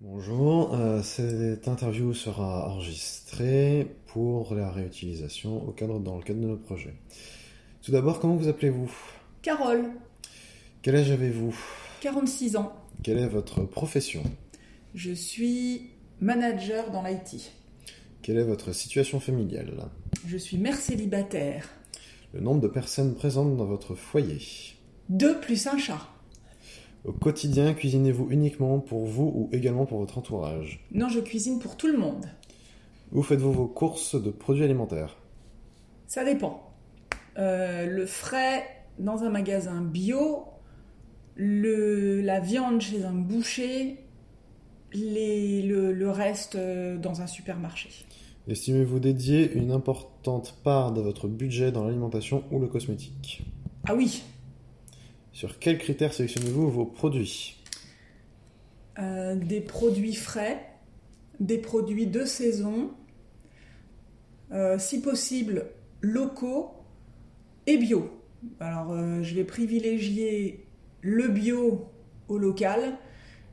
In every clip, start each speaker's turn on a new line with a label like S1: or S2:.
S1: Bonjour, euh, cette interview sera enregistrée pour la réutilisation au cadre, dans le cadre de nos projets. Tout d'abord, comment vous appelez-vous
S2: Carole,
S1: Quel âge avez-vous
S2: 46 ans.
S1: Quelle est votre profession
S2: Je suis manager dans l'IT.
S1: Quelle est votre situation familiale
S2: Je suis mère célibataire.
S1: Le nombre de personnes présentes dans votre foyer
S2: Deux plus un chat.
S1: Au quotidien, cuisinez-vous uniquement pour vous ou également pour votre entourage
S2: Non, je cuisine pour tout le monde.
S1: Où faites-vous vos courses de produits alimentaires
S2: Ça dépend. Euh, le frais dans un magasin bio, le, la viande chez un boucher, les- le, le reste euh, dans un supermarché.
S1: Estimez-vous dédier une importante part de votre budget dans l'alimentation ou le cosmétique
S2: Ah oui,
S1: Sur quels critères sélectionnez-vous vos produits
S2: euh, des produits frais, des produits de saison, euh, si possible locaux et bio. Alors euh, je vais privilégier le bio au local,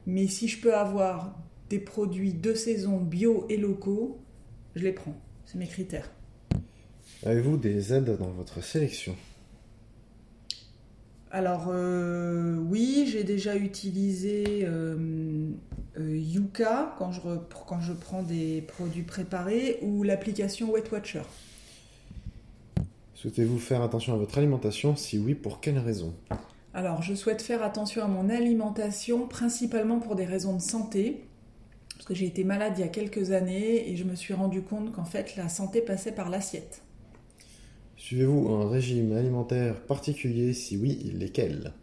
S2: mais si je peux avoir des produits de saison bio et locaux, je les prends. C'est mes critères.
S1: Avez-vous des aides dans votre sélection
S2: Alors euh, oui, j'ai déjà utilisé euh, euh, Yuka quand je, repr- quand je prends des produits préparés ou l'application Weight Watcher.
S1: Souhaitez-vous faire attention à votre alimentation Si oui, pour quelles raisons
S2: Alors je souhaite faire attention à mon alimentation principalement pour des raisons de santé. Parce que j'ai été malade il y a quelques années et je me suis rendu compte qu'en fait la santé passait par l'assiette.
S1: Suivez-vous un régime alimentaire particulier Si oui, lesquels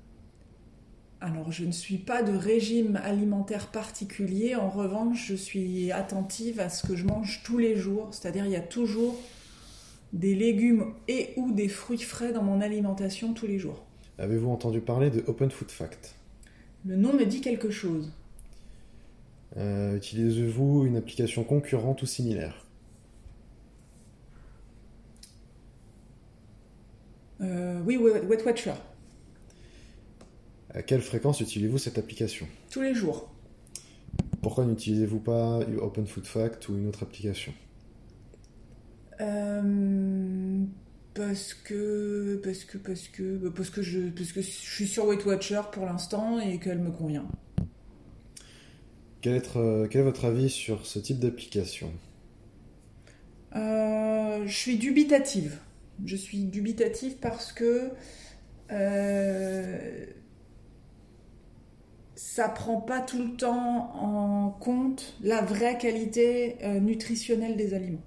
S2: Alors je ne suis pas de régime alimentaire particulier, en revanche je suis attentive à ce que je mange tous les jours, c'est-à-dire il y a toujours des légumes et ou des fruits frais dans mon alimentation tous les jours.
S1: Avez-vous entendu parler de Open Food Fact
S2: Le nom me dit quelque chose.
S1: Euh, Utilisez-vous une application concurrente ou similaire
S2: Euh, oui, Wet Watcher,
S1: À quelle fréquence utilisez-vous cette application
S2: tous les jours.
S1: Pourquoi n'utilisez-vous pas Open Food Fact ou une autre application
S2: Euh, parce que parce que parce que parce que je parce que je suis sur Weight Watcher pour l'instant et qu'elle me convient.
S1: quel est, euh, quel est votre avis sur ce type d'application
S2: Euh, je suis dubitative. Je suis dubitative parce que euh, ça prend pas tout le temps en compte la vraie qualité euh, nutritionnelle des aliments.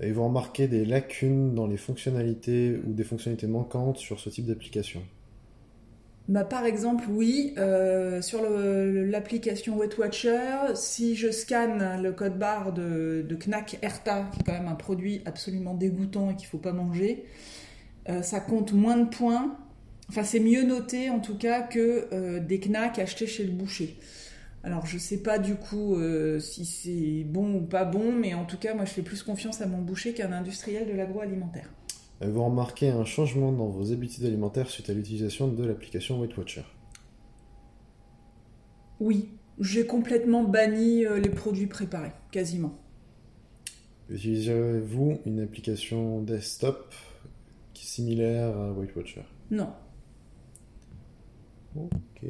S1: Avez-vous remarqué des lacunes dans les fonctionnalités ou des fonctionnalités manquantes sur ce type d'application
S2: Bah, par exemple, oui, euh, sur le- l'application Weight Watcher, si je scanne le code barre de, de Knack Erta, qui est quand même un produit absolument dégoûtant et qu'il faut pas manger, euh, ça compte moins de points. Enfin, c'est mieux noté en tout cas que euh, des Knack achetés chez le boucher. Alors, je sais pas du coup euh, si c'est bon ou pas bon, mais en tout cas, moi, je fais plus confiance à mon boucher qu'à un industriel de l'agroalimentaire.
S1: Avez-vous remarqué un changement dans vos habitudes alimentaires suite à l'utilisation de l'application Weight Watcher
S2: Oui, j'ai complètement banni euh, les produits préparés, quasiment.
S1: Utilisez-vous une application desktop qui est similaire à Weight Watcher
S2: Non.
S1: Ok.